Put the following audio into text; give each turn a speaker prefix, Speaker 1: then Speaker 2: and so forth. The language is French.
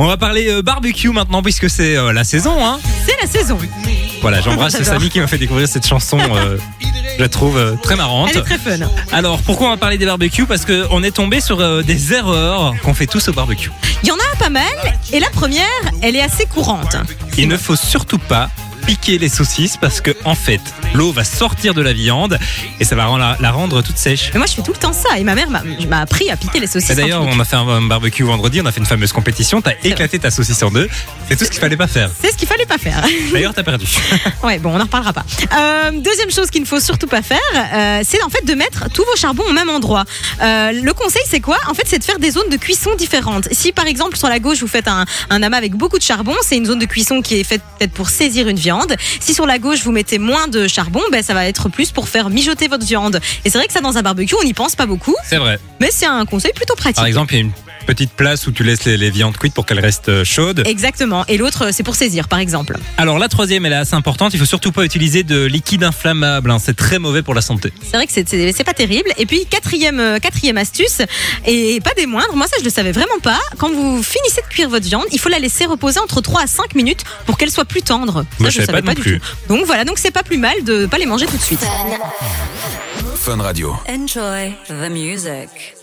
Speaker 1: On va parler euh, barbecue maintenant puisque c'est euh, la saison. Hein.
Speaker 2: C'est la saison.
Speaker 1: Voilà, j'embrasse
Speaker 2: J'adore.
Speaker 1: Samy qui m'a fait découvrir cette chanson. euh, je la trouve euh, très marrante.
Speaker 2: Elle est très fun.
Speaker 1: Alors pourquoi on va parler des barbecues Parce qu'on est tombé sur euh, des erreurs qu'on fait tous au barbecue.
Speaker 2: Il y en a pas mal. Et la première, elle est assez courante.
Speaker 1: Il ne faut surtout pas piquer les saucisses parce que en fait l'eau va sortir de la viande et ça va ren- la, la rendre toute sèche.
Speaker 2: Mais moi, je fais tout le temps ça. Et ma mère m'a m'a appris à piquer les
Speaker 1: Et
Speaker 2: saucisses.
Speaker 1: D'ailleurs,
Speaker 2: en public.
Speaker 1: on a fait un un barbecue vendredi, on a fait une fameuse compétition, t'as éclaté ta saucisse en deux, c'est tout ce qu'il fallait pas faire.
Speaker 2: C'est ce qu'il fallait pas faire.
Speaker 1: D'ailleurs, t'as perdu.
Speaker 2: ouais, bon, on en reparlera pas. Euh, deuxième chose qu'il ne faut surtout pas faire, euh, c'est en fait de mettre tous vos charbons au même endroit. Euh, le conseil, c'est quoi En fait, c'est de faire des zones de cuisson différentes. Si par exemple sur la gauche vous faites un, un amas avec beaucoup de charbon, c'est une zone de cuisson qui est faite peut-être pour saisir une viande. Si sur la gauche vous mettez moins de charbon, ben ça va être plus pour faire mijoter votre viande. Et c'est vrai que ça dans un barbecue, on n'y pense pas beaucoup,
Speaker 1: C'est vrai.
Speaker 2: mais c'est un conseil plutôt pratique.
Speaker 1: Par exemple, il y a une petite place où tu laisses les, les viandes cuites pour qu'elles restent euh, chaudes.
Speaker 2: Exactement. Et l'autre, c'est pour saisir, par exemple.
Speaker 1: Alors la troisième, elle est assez importante. Il faut surtout pas utiliser de liquide inflammable. hein. C'est très mauvais pour la santé.
Speaker 2: C'est vrai que c'est- c'est c'est pas terrible. Et puis, quatrième, euh, quatrième astuce, et pas des moindres, moi ça je le savais vraiment pas, quand vous finissez de cuire votre viande, il faut la laisser reposer entre 3 à 5 minutes pour qu'elle soit plus tendre. Ça,
Speaker 1: Moi, je
Speaker 2: le
Speaker 1: savais pas non plus.
Speaker 2: du tout. Donc voilà, donc c'est pas plus mal de pas les manger tout de suite.
Speaker 3: Fun Radio.
Speaker 4: Enjoy the music.